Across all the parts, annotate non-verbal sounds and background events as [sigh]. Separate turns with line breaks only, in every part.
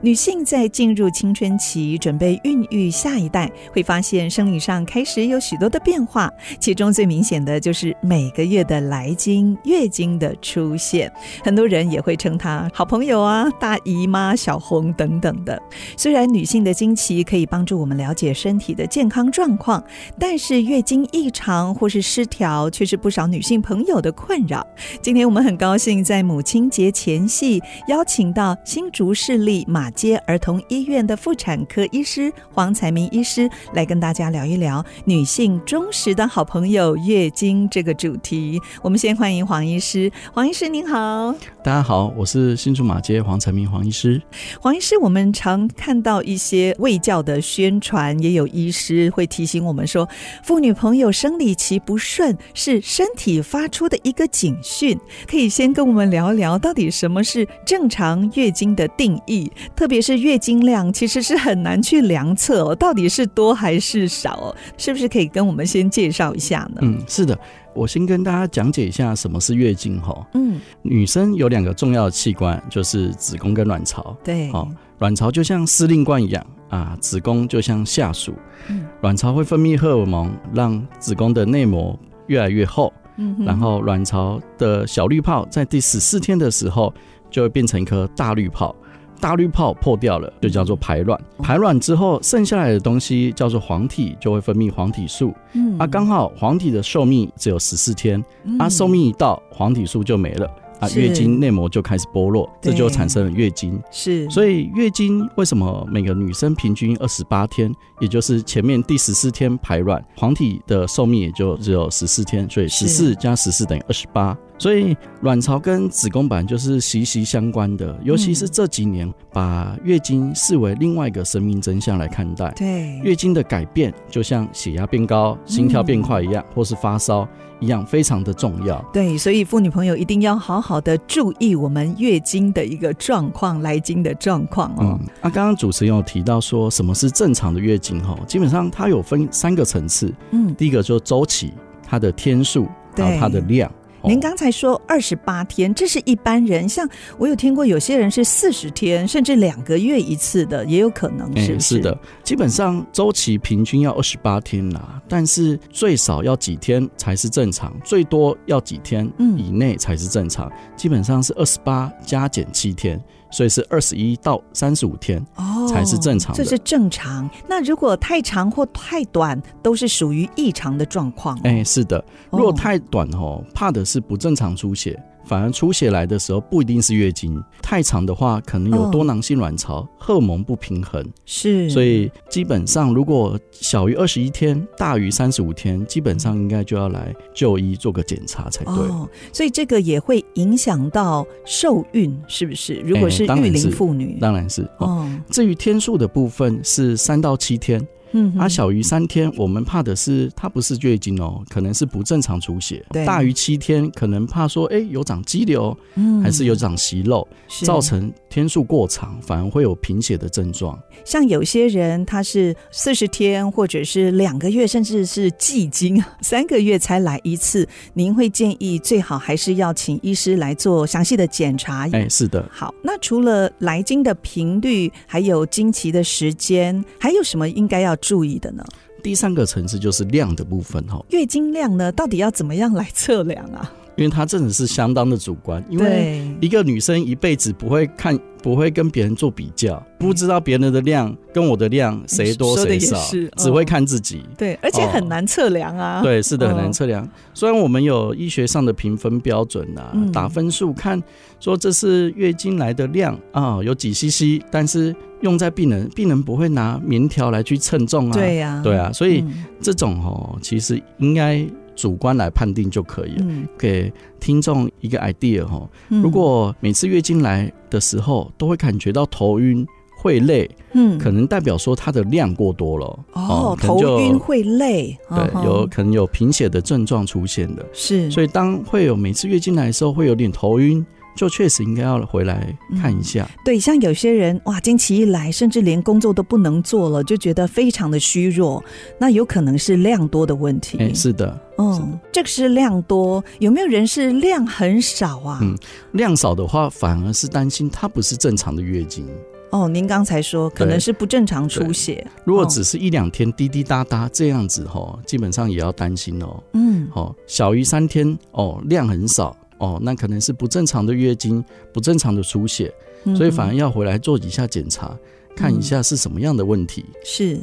女性在进入青春期，准备孕育下一代，会发现生理上开始有许多的变化，其中最明显的就是每个月的来经、月经的出现。很多人也会称它“好朋友”啊、“大姨妈”、“小红”等等的。虽然女性的经期可以帮助我们了解身体的健康状况，但是月经异常或是失调却是不。不少女性朋友的困扰。今天我们很高兴在母亲节前夕邀请到新竹市立马街儿童医院的妇产科医师黄彩明医师来跟大家聊一聊女性忠实的好朋友月经这个主题。我们先欢迎黄医师，黄医师您好，
大家好，我是新竹马街黄彩明黄医师。
黄医师，我们常看到一些卫教的宣传，也有医师会提醒我们说，妇女朋友生理期不顺是。身体发出的一个警讯，可以先跟我们聊聊，到底什么是正常月经的定义？特别是月经量，其实是很难去量测哦，到底是多还是少哦？是不是可以跟我们先介绍一下呢？
嗯，是的，我先跟大家讲解一下什么是月经哈。
嗯，
女生有两个重要的器官，就是子宫跟卵巢。
对，
哦，卵巢就像司令官一样啊，子宫就像下属。
嗯，
卵巢会分泌荷尔蒙，让子宫的内膜。越来越厚，
嗯，
然后卵巢的小绿泡在第十四天的时候就会变成一颗大绿泡，大绿泡破掉了就叫做排卵，
嗯
排卵之后剩下来的东西叫做黄体，就会分泌黄体素，
嗯
啊，刚好黄体的寿命只有十四天，啊，寿命一到黄体素就没了，啊，
是
月经内膜就开始剥落，这
对
就产生了月经。
嗯是，
所以月经为什么每个女生平均二十八天，也就是前面第十四天排卵，黄体的寿命也就只有十四天，所以
是
十四加十四等于二十八。所以卵巢跟子宫板就是息息相关的，尤其是这几年把月经视为另外一个生命真相来看待。
对，
月经的改变就像血压变高、心跳变快一样，或是发烧一样，非常的重要。
对，所以妇女朋友一定要好好的注意我们月经的一个状况、来经的状况
嗯
哦。，
那、刚刚主持人有提到说什么是正常的月经哈，基本上它有分三个层次，
嗯，
第一个就是周期，它的天数，
对
然后它的量。哦
您刚才说二十八天，这是一般人，像我有听过有些人是四十天，甚至两个月一次的，也有可能，
哎
是不
是的，基本上周期平均要二十八天啦，但是最少要几天才是正常，最多要几天
嗯
以内才是正常，基本上是二十八加减七天，所以是二十一到三十五天。
哦，
才是正常的
这是正常。那如果太长或太短，都是属于异常的状况。
哎，是的，如果
哦
太短哦，怕的是不正常出血，反而出血来的时候不一定是月经。太长的话，可能有多囊性卵
哦
巢、荷尔蒙不平衡，
是，
所以基本上如果小于二十一天，大于三十五天，基本上应该就要来就医做个检查才对。
哦，所以这个也会影响到受孕，是不是？如果
哎
是
当然
育龄
是
妇女，
当然是哦。
哦，
至于天数的部分是三到七天，
嗯哼，
啊，小于三天，我们怕的是它不是月经哦，可能是不正常出血
对；
大于七天，可能怕说，哎，有长肌瘤，
嗯
还是有长息肉，
是
造成天数过长，反而会有贫血的症状。
像有些人他是四十天，或者是两个月，甚至是季经三个月才来一次，您会建议最好还是要请医师来做详细的检查。
哎，是的，
好，那除了来经的频率，还有经期的时间，还有什么应该要注意的呢？
第三个层次就是量的部分哦哈，
月经量呢，到底要怎么样来测量啊？
因为它真的是相当的主观，因为
对，
一个女生一辈子不会看，不会跟别人做比较，不知道别人的量跟我的量谁
嗯
多
说得
谁
也
少
是哦，
只会看自己。
对，而且
哦
很难测量啊。，
对，是的，很
哦
难测量。虽然我们有医学上的评分标准啊，
嗯
打分数看说这是月经来的量啊、有几 CC，但是用在病人，病人不会拿棉条来去称重啊。
对呀、
对啊所以
嗯
这种哦，其实应该主观来判定就可以了。
嗯，
给听众一个 idea 哦，
嗯
如果每次月经来的时候都会感觉到头晕、会累，
嗯
可能代表说它的量过多了
哦，
可能就
头晕会累，嗯
对，
哼嗯
有可能有贫血的症状出现的。
是，
所以当会有每次月经来的时候会有点头晕、就确实应该要回来看一下。
对，像有些人哇，经期一来，甚至连工作都不能做了，就觉得非常的虚弱，那有可能是量多的问题。
哎、是的，
嗯，这个是量多，有没有人是量很少啊？
嗯量少的话，反而是担心它不是正常的月经。
哦，您刚才说可能是不正常出血，
如果
哦
只是一两天滴滴答答这样子哦，基本上也要担心哦。
嗯，
哦，小于三天哦，量很少哦，那可能是不正常的月经、不正常的出血，所以反而
嗯
要回来做一下检查，看一下是什么样的问题。
是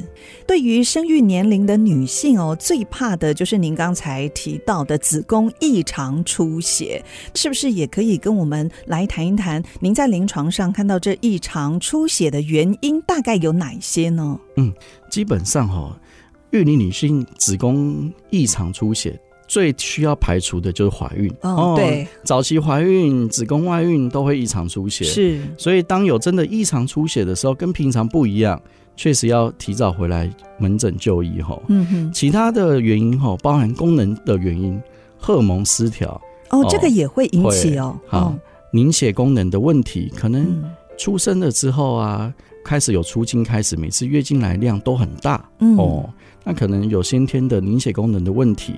对于生育年龄的女性哦，最怕的就是您刚才提到的子宫异常出血，是不是也可以跟我们来谈一谈？您在临床上看到这异常出血的原因大概有哪些呢？
基本上哦，育龄女性子宫异常出血。最需要排除的就是怀孕
哦，对，
早期怀孕、子宫外孕都会异常出血，
是
所以当有真的异常出血的时候，跟平常不一样，确实要提早回来门诊就医吼。
嗯哼，
其他的原因吼，包含功能的原因、荷尔蒙失调、
哦
哦，
这个也会引起哦，
会好
哦，
凝血功能的问题，可能
嗯
出生了之后啊，开始有出经，开始每次月经来量都很大
嗯
哦，那可能有先天的凝血功能的问题，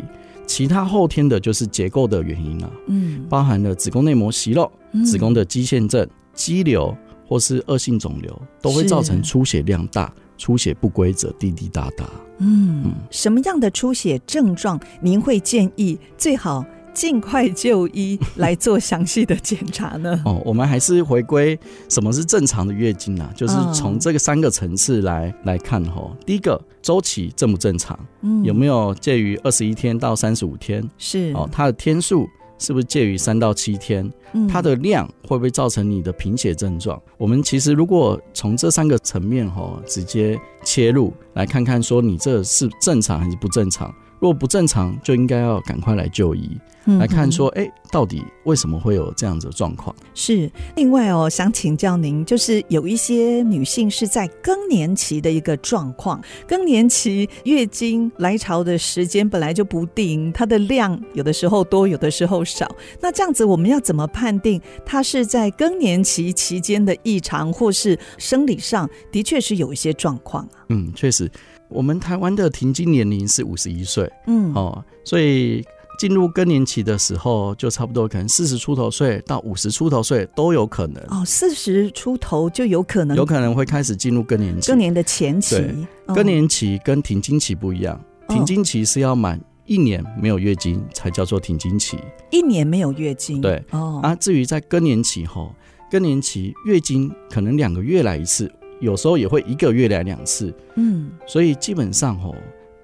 其他后天的就是结构的原因啊，
嗯，
包含了子宫内膜息肉、
嗯
子宫的肌腺症、肌瘤或是恶性肿瘤，都会
是
造成出血量大、出血不规则、滴滴答答。
嗯，什么样的出血症状您会建议最好尽快就医来做详细的检查呢？
哦，我们还是回归什么是正常的月经啊？就是
嗯
从这个三个层次来来看吼。第一个周期正不正常，
嗯
有没有介于二十一天到三十五天？
是
哦，它的天数是不是介于三到七天？
嗯
它的量会不会造成你的贫血症状？我们其实如果从这三个层面哈、直接切入来看看，说你这是正常还是不正常？如果不正常，就应该要赶快来就医，
嗯
来看说，哎、到底为什么会有这样子的状况？
是，另外哦，想请教您，就是有一些女性是在更年期的一个状况，更年期月经来潮的时间本来就不定，它的量有的时候多，有的时候少。那这样子，我们要怎么判定她是在更年期期间的异常，或是生理上的确是有一些状况啊？
嗯，确实，我们台湾的停经年龄是五十一岁
嗯，
哦，所以进入更年期的时候，就差不多可能四十出头岁到五十出头岁都有可能，
哦，四十出头就有可能
有可能会开始进入更年期
更。年的前期
对，
哦
更年期跟停经期不一样，
嗯
停经期是要满一年没有月经才叫做停经期
一年没有月经，
对
哦，
啊。至于在更年期后，更年期月经可能两个月来一次，有时候也会一个月来两次，
嗯。
所以基本上吼，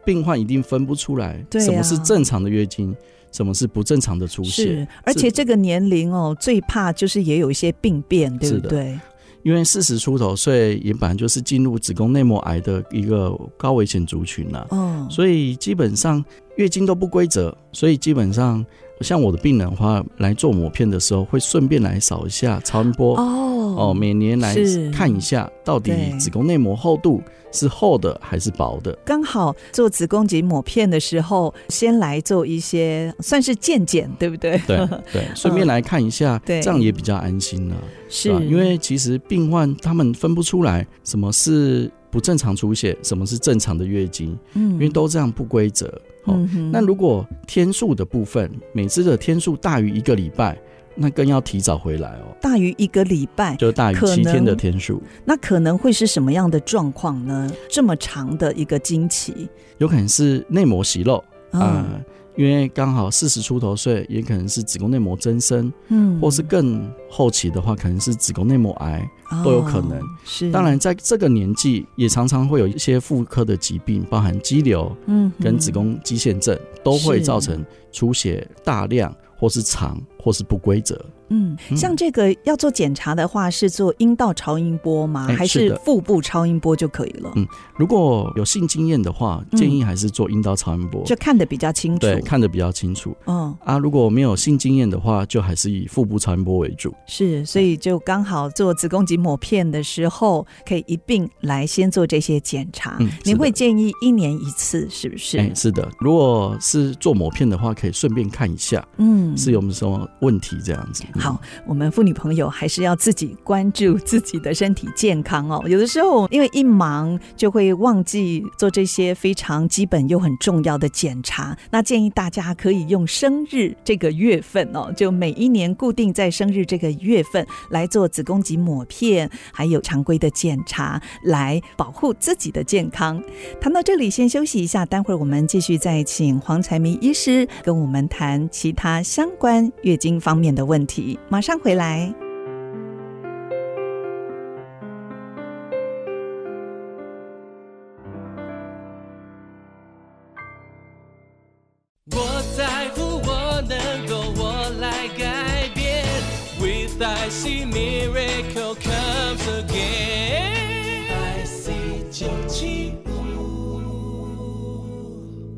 病患一定分不出来
对啊
什么是正常的月经，什么是不正常的出血
是。，而且
是
这个年龄哦，最怕就是也有一些病变，对不
是的
对？
因为四十出头岁也本来就是进入子宫内膜癌的一个高危险族群啦、
哦，
所以基本上月经都不规则，所以基本上像我的病人的话，来做抹片的时候会顺便来扫一下超音波哦
哦，
每年来
是
看一下到底
对
子宫内膜厚度是厚的还是薄的。
刚好做子宫颈抹片的时候，先来做一些算是健检，对不对？ [laughs]
对对，顺便来看一下，
嗯对
这样也比较安心了、
是
对吧？因为其实病患他们分不出来什么是不正常出血，什么是正常的月经，
嗯，
因为都这样不规则。哦
嗯哼
那如果天数的部分，每次的天数大于一个礼拜，那更要提早回来哦，
大于一个礼拜，
就大于
可能
七天的天数，
那可能会是什么样的状况呢？这么长的一个经期，
有可能是内膜息肉啊、
嗯
因为刚好四十出头岁，也可能是子宫内膜增生，
嗯
或是更后期的话，可能是子宫内膜癌。都有可能
哦是，
当然，在这个年纪，也常常会有一些妇科的疾病，包含肌瘤
嗯哼，
跟子宫肌腺症，都会
嗯是
造成出血大量，或是长，或是不规则。
嗯，
嗯
像这个要做检查的话，是做阴道超音波吗？
哎
还
是
是
的
腹部超音波就可以了？
嗯如果有性经验的话，
嗯
建议还是做阴道超音波，
就看得比较清楚。
对，看得比较清楚
嗯，
啊。如果没有性经验的话，就还是以腹部超音波为主。
是，所以就刚好做子宫颈抹片的时候，可以一并来先做这些检查。
嗯是
您啊
的
会建议一年一次，是不是？
哎，是的，如果是做抹片的话，可以顺便看一下
嗯，
是有没有什么问题这样子。嗯
好，，我们妇女朋友还是要自己关注自己的身体健康哦。有的时候因为一忙就会忘记做这些非常基本又很重要的检查。那建议大家可以用生日这个月份哦，就每一年固定在生日这个月份来做子宫颈抹片，还有常规的检查，来保护自己的健康。谈到这里，先休息一下，待会儿我们继续再请黄才明医师跟我们谈其他相关月经方面的问题。马上回来。
我在乎我能够我来改变。With I see miracle comes again。I see 九七五。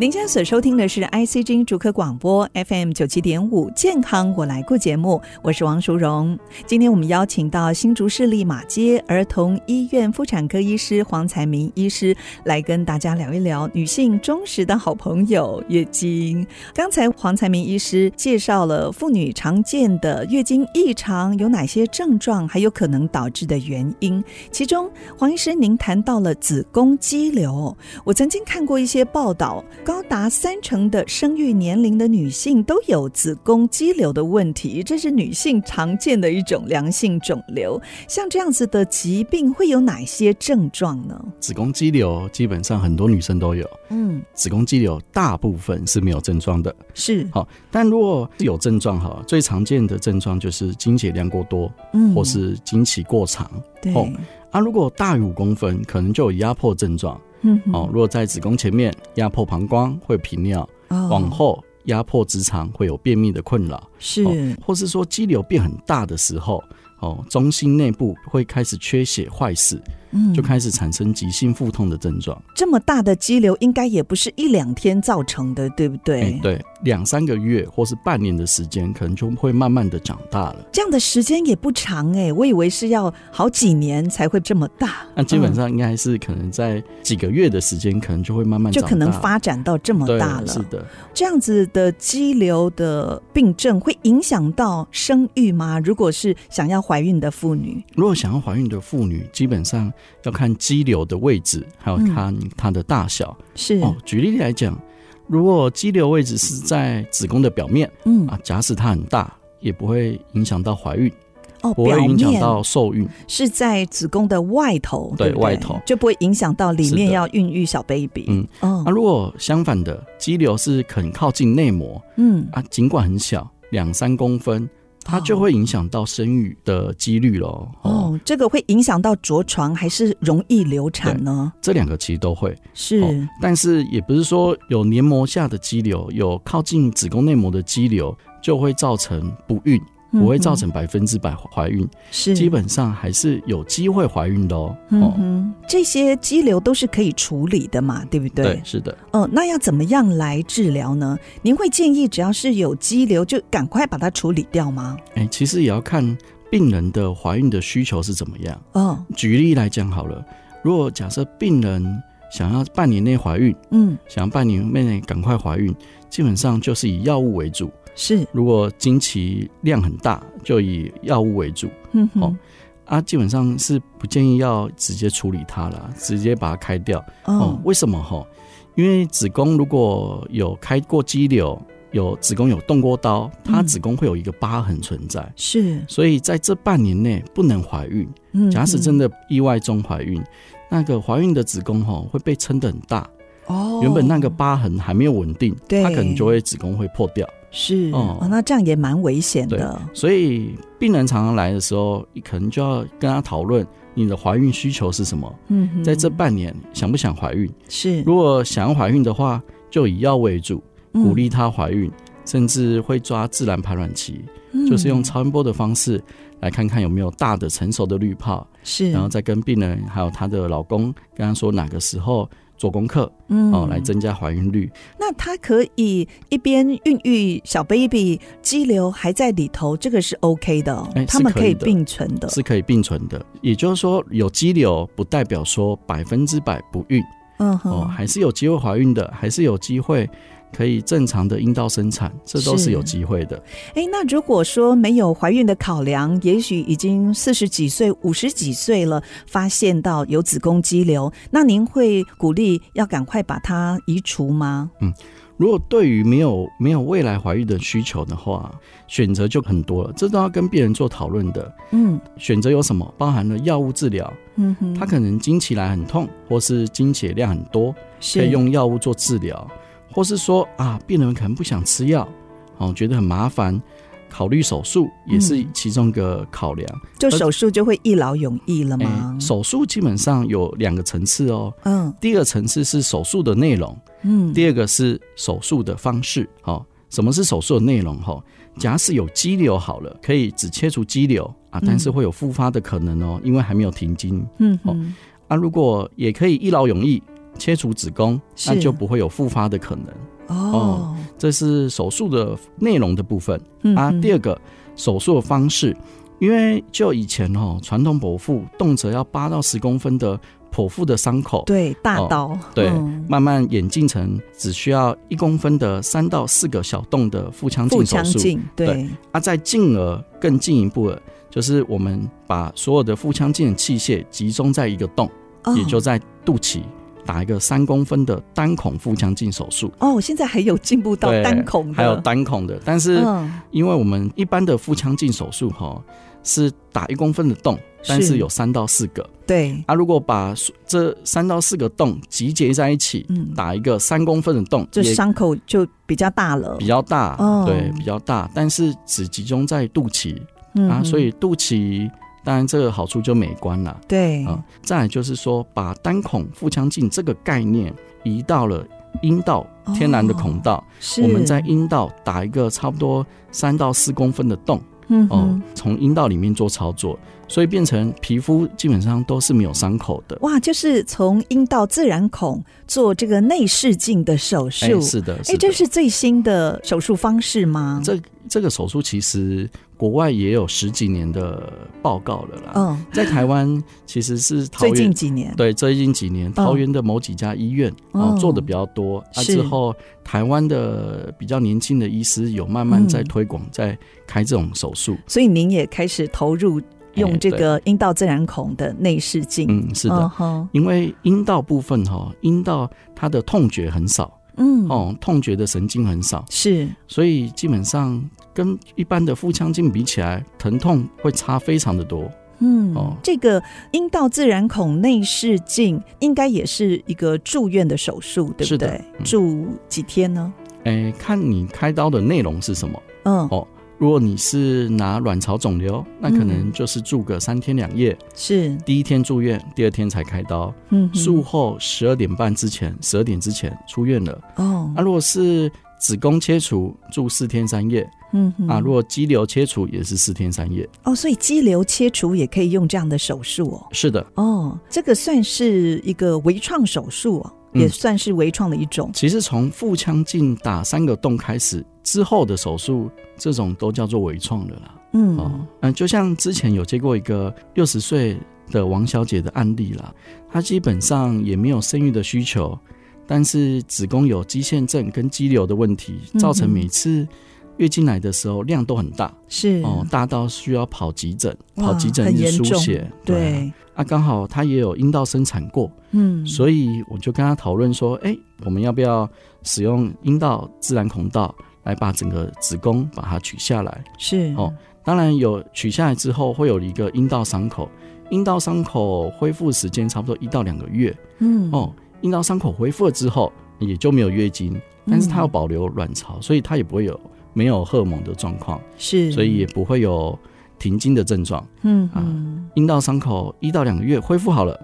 您现在所收听的是 ICG 主科广播 FM 九七点五健康我来顾节目，我是王淑荣。今天我们邀请到新竹市立马街儿童医院妇产科医师黄才明医师来跟大家聊一聊女性忠实的好朋友月经。刚才黄才明医师介绍了妇女常见的月经异常有哪些症状，还有可能导致的原因。其中，黄医师您谈到了子宫肌瘤哦，我曾经看过一些报道，高达三成的生育年龄的女性都有子宫肌瘤的问题，这是女性常见的一种良性肿瘤。像这样子的疾病会有哪些症状呢？
子宫肌瘤基本上很多女生都有，
嗯，
子宫肌瘤大部分是没有症状的。
是，
好，但如果有症状哈，最常见的症状就是经血量过多，
嗯
或是经期过长。
对，
哦啊，如果大于五公分，可能就有压迫症状。
嗯哼
哦，如果在子宫前面压迫膀胱会频尿，
哦
往后压迫直肠会有便秘的困扰，
是，
哦或是说肌瘤变很大的时候，哦，中心内部会开始缺血坏死，
嗯，
就开始产生急性腹痛的症状。
这么大的肌瘤，应该也不是一两天造成的，对不对？
哎对，两三个月或是半年的时间，可能就会慢慢的长大了。
这样的时间也不长哎、我以为是要好几年才会这么大，
那基本
嗯
上应该是可能在几个月的时间，可能就会慢慢
就
长大，
可能发展到这么
对
大
是
了。
的，
这样子的肌瘤的病症会影响到生育吗？如果是想要怀孕的妇女，
如果想要怀孕的妇女，基本上要看肌瘤的位置，还有
嗯
看它的大小。
是，
哦，举例来讲，如果肌瘤位置是在子宫的表面
嗯，
啊，假使它很大，也不会影响到怀孕，
哦，
不会
表
影响
面
到受孕。
是在子宫的外头，
对
不对
外头
就不会影响到里
是
面
的
要孕育小 baby。
嗯，
哦
那、，如果相反的，肌瘤是很靠近内膜
嗯，
啊，尽管很小，两三公分，它就会影响到生育的几率喽。哦，
哦，这个会影响到着床还是容易流产呢？
这两个其实都会。
是，
哦但是也不是说有黏膜下的肌瘤，有靠近子宫内膜的肌瘤就会造成不孕，不会造成百分之百怀孕，
嗯哼嗯是
基本上还是有机会怀孕的哦。
嗯
哦
哼，这些肌瘤都是可以处理的嘛，对不对？
对，是的，
哦，那要怎么样来治疗呢？您会建议只要是有肌瘤就赶快把它处理掉吗？
哎，其实也要看病人的怀孕的需求是怎么样。
哦，
举例来讲好了，如果假设病人想要半年内怀孕，
嗯，
想要半年内赶快怀孕，基本上就是以药物为主。
是，
如果经期量很大，就以药物为主。
嗯哼，
哦啊，基本上是不建议要直接处理它啦，直接把它开掉。哦，
哦，
为什么哈？因为子宫如果有开过肌瘤，有子宫有动过刀，它
嗯
子宫会有一个疤痕存在，
是，
所以在这半年内不能怀孕。
嗯
假使真
的
的意外中怀孕，那个怀孕的子宫哈会被撑得很大，
哦，
原本那个疤痕还没有稳定，
对
它可能就会子宫会破掉。
是哦
哦
那这样也蛮危险
对
的。
所以病人常常来的时候，你可能就要跟他讨论你的怀孕需求是什么。
嗯哼，
在这半年想不想怀孕？
是
如果想要怀孕的话，就以药为主，
嗯
鼓、励她怀孕，甚至会抓自然排卵期，
嗯
就是用超音波的方式来看看有没有大的成熟的滤泡，
是，
然后再跟病人还有她的老公跟她说哪个时候。做功课
嗯
哦，来增加怀孕率。
那它可以一边孕育小 baby，肌瘤还在里头，这个是 OK 的哦，
哎
他们
是
可
可以
以
的
并存的。
是可以并存的，也就是说，有肌瘤不代表说百分之百不孕
嗯
哦，
哼，
还是有机会怀孕的，还是有机会可以正常的阴道生产，这都
是
是有机会的。
哎，那如果说没有怀孕的考量，也许已经四十几岁、五十几岁了，发现到有子宫肌瘤，那您会鼓励要赶快把它移除吗？
如果对于没有没有未来怀孕的需求的话，选择就很多了，这都要跟病人做讨论的。
嗯
选择有什么？包含了药物治疗，
嗯哼，
它可能经起来很痛，或是经血量很多，可
是
以用药物做治疗，或是说啊，病人可能不想吃药，哦，觉得很麻烦，考虑手术也是其中一个考量。
就手术就会一劳永逸了
诶
吗？
手术基本上有两个层次哦，
嗯
第一个层次是手术的内容，
嗯，
第二个是手术的方式。哦，什么是手术的内容？哈、哦，假使有肌瘤好了，可以只切除肌瘤啊，但是
嗯
会有复发的可能哦，因为还没有停经。
嗯
哦
嗯
啊，如果也可以一劳永逸切除子宫，那
是
就不会有复发的可能。
哦
哦这是手术的内容的部分
嗯
啊。第
二
二个，手术的方式，因为就以前哦，传统剖腹动辄要八到十公分的剖腹的伤口，
对大
哦
刀、
对
嗯
慢慢演进成只需要一公分的三到四个小洞的腹腔
腹
镜手
腔
术。
镜
对啊，再进而更进一步的，就是我们把所有的腹腔镜的器械集中在一个洞，
哦
也就在肚脐打一个三公分的单孔腹腔镜手术。
哦，现在还有进步到
对
单孔的，
还有单孔的，但是
嗯
因为我们一般的腹腔镜手术哈是打一公分的洞，但
是
是有三到四个
对
啊。如果把这三到四个洞集结在一起，
嗯，
打一个三公分的洞，
就
也
伤口就比较大了
比，较大，
哦
对，比较大，但是只集中在肚脐
嗯
啊，所
以
以肚脐当然这个好处就美观啦
对
啊。再来就是说，把单孔腹腔镜这个概念移到了阴道
哦
天然的孔道，
是
我们在阴道打一个差不多三到四公分的洞。
嗯
哦
哼，
从阴道里面做操作，所以变成皮肤基本上都是没有伤口的。
哇，就是从阴道自然孔做这个内视镜的手术，
哎是的，
哎
的
这是最新的手术方式吗？
这这个手术其实国外也有十几年的报告了啦，
嗯，
在台湾其实是桃
最
园
近几年嗯
对最近几年桃园的某几家医院啊、
哦
做的比较多，啊
是
之后台湾的比较年轻的医师有慢慢在
嗯
推广，在开这种手术。
所以您也开始投入用
哎
这
对
个阴道自然孔的内视镜，
嗯，是的，
嗯哼
因为阴道部分哈、阴道它的痛觉很少。
嗯，
哦，痛觉的神经很少，
是
所以基本上跟一般的腹腔镜比起来，疼痛会差非常的多。
嗯，
哦
这个阴道自然孔内视镜应该也是一个住院的手术，对不
是的
对？
嗯
住几天呢？
哎，看你开刀的内容是什么。
嗯，
哦如果你是拿卵巢肿瘤，那可能
嗯
就是住个三天两夜，
是，
第一天住院，第二天才开刀，
嗯哼，
术后十二点半之前，十二点之前出院了。
哦
那、，如果是子宫切除，住四天三夜；
嗯哼
啊，如果肌瘤切除也是四天三夜。
哦，所以肌瘤切除也可以用这样的手术哦。
是的，
哦，这个算是一个微创手术哦，
嗯
也算是微创的一种。
其实从腹腔镜打三个洞开始之后的手术，这种都叫做微创的啦。
嗯，
哦，嗯、就像之前有接过一个六十岁的王小姐的案例啦，她基本上也没有生育的需求，但是子宫有肌腺症跟肌瘤的问题，
嗯哼
造成每次月经来的时候量都很大
是
哦，大到需要跑急诊，
哇
跑急诊
很
日
严
输
重
血。啊，
对，
啊刚好她也有阴道生产过，
嗯，
所以我就跟他讨论说，哎、我们要不要使用阴道自然孔道来把整个子宫把它取下来？
是
哦，当然有取下来之后会有一个阴道伤口，阴道伤口恢复时间差不多一到两个月
嗯，
哦。阴道伤口恢复了之后也就没有月经，但是它要
嗯
保留卵巢，所以它也不会有没有荷尔蒙的状况，
是，
所以也不会有停经的症状。
嗯
啊
嗯。
阴道伤口一到两个月恢复好了，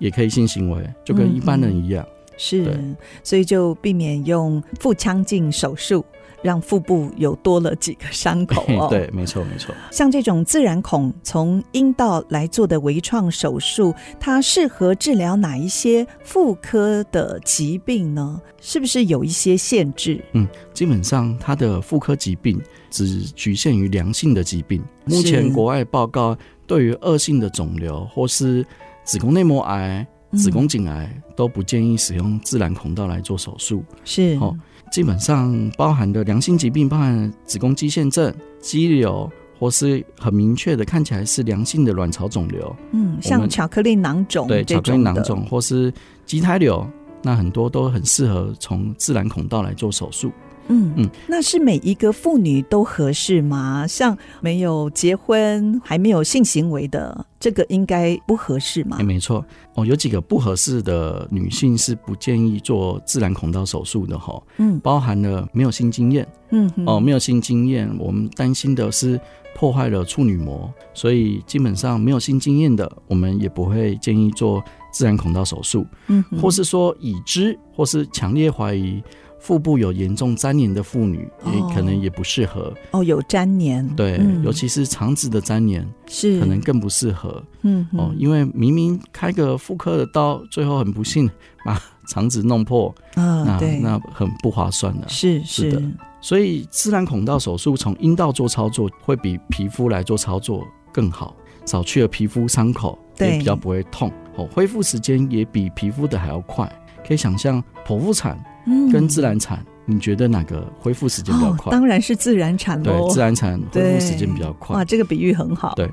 也可以性行为，就
嗯
跟一般人一样。
是
对，。
所以就避免用腹腔镜手术。让腹部有多了几个伤口哦
[laughs] 对，，没错没错。
像这种自然孔从阴道来做的微创手术，它适合治疗哪一些妇科的疾病呢？是不是有一些限制？
基本上它的妇科疾病只局限于良性的疾病。
是
目前国外报告对于恶性的肿瘤或是子宫内膜癌、
嗯
子宫颈癌、都不建议使用自然孔道来做手术。
是
哦基本上包含的良性疾病包含子宫肌腺症、肌瘤。或是很明确的看起来是良性的卵巢肿瘤，
嗯，像巧克力囊肿
对，
哦这
巧克力
种的
囊肿或是畸胎瘤，那很多都很适合从自然孔道来做手术。
嗯
嗯
那是每一个妇女都合适吗？像没有结婚、还没有性行为的，这个应该不合适吗
哎，？没错哦，有几个不合适的女性是不建议做自然孔道手术的哈、
嗯
包含了没有性经验
嗯哼
哦，没有性经验，我们担心的是破坏了处女膜，所以基本上没有性经验的，我们也不会建议做自然孔道手术，
嗯哼，
或是说已知或是强烈怀疑。腹部有严重粘连的妇女，也可能
哦
也不适合。
哦有粘黏，
对，
嗯
尤其是肠子的粘连，
是
可能更不适合。
嗯哼
哦，因为明明开个妇科的刀，最后很不幸 [laughs] 把肠子弄破，
啊
那
对
那很不划算的。
是
啊是的所以自然孔道手术从阴道做操作，会比皮肤来做操作更好，少去了皮肤伤口，
对
也比较不会痛。哦，恢复时间也比皮肤的还要快。可以想象剖腹产
嗯
跟自然产，你觉得哪个恢复时间比较
哦，
快？
当然是自然产喽。
对，自然产恢
对
复时间比较快
哇，。这个比喻很好。
对，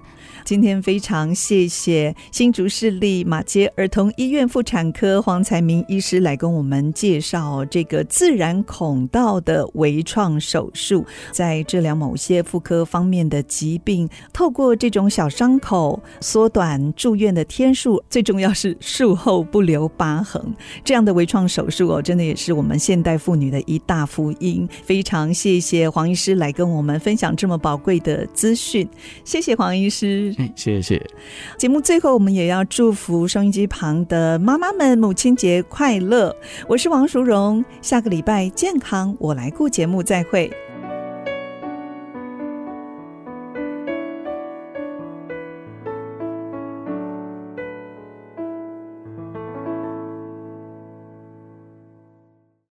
今天非常谢谢新竹市立马街儿童医院妇产科黄才明医师来跟我们介绍这个自然孔道的微创手术，在治疗某些妇科方面的疾病，透过这种小伤口缩短住院的天数，最重要是术后不留疤痕。这样的微创手术哦，真的也是我们现代妇女的一大福音。非常谢谢黄医师来跟我们分享这么宝贵的资讯，谢谢黄医师。
哎，谢谢。
节目最后，我们也要祝福收音机旁的妈妈们母亲节快乐。我是王淑荣，下个礼拜健康我来顾节目再会，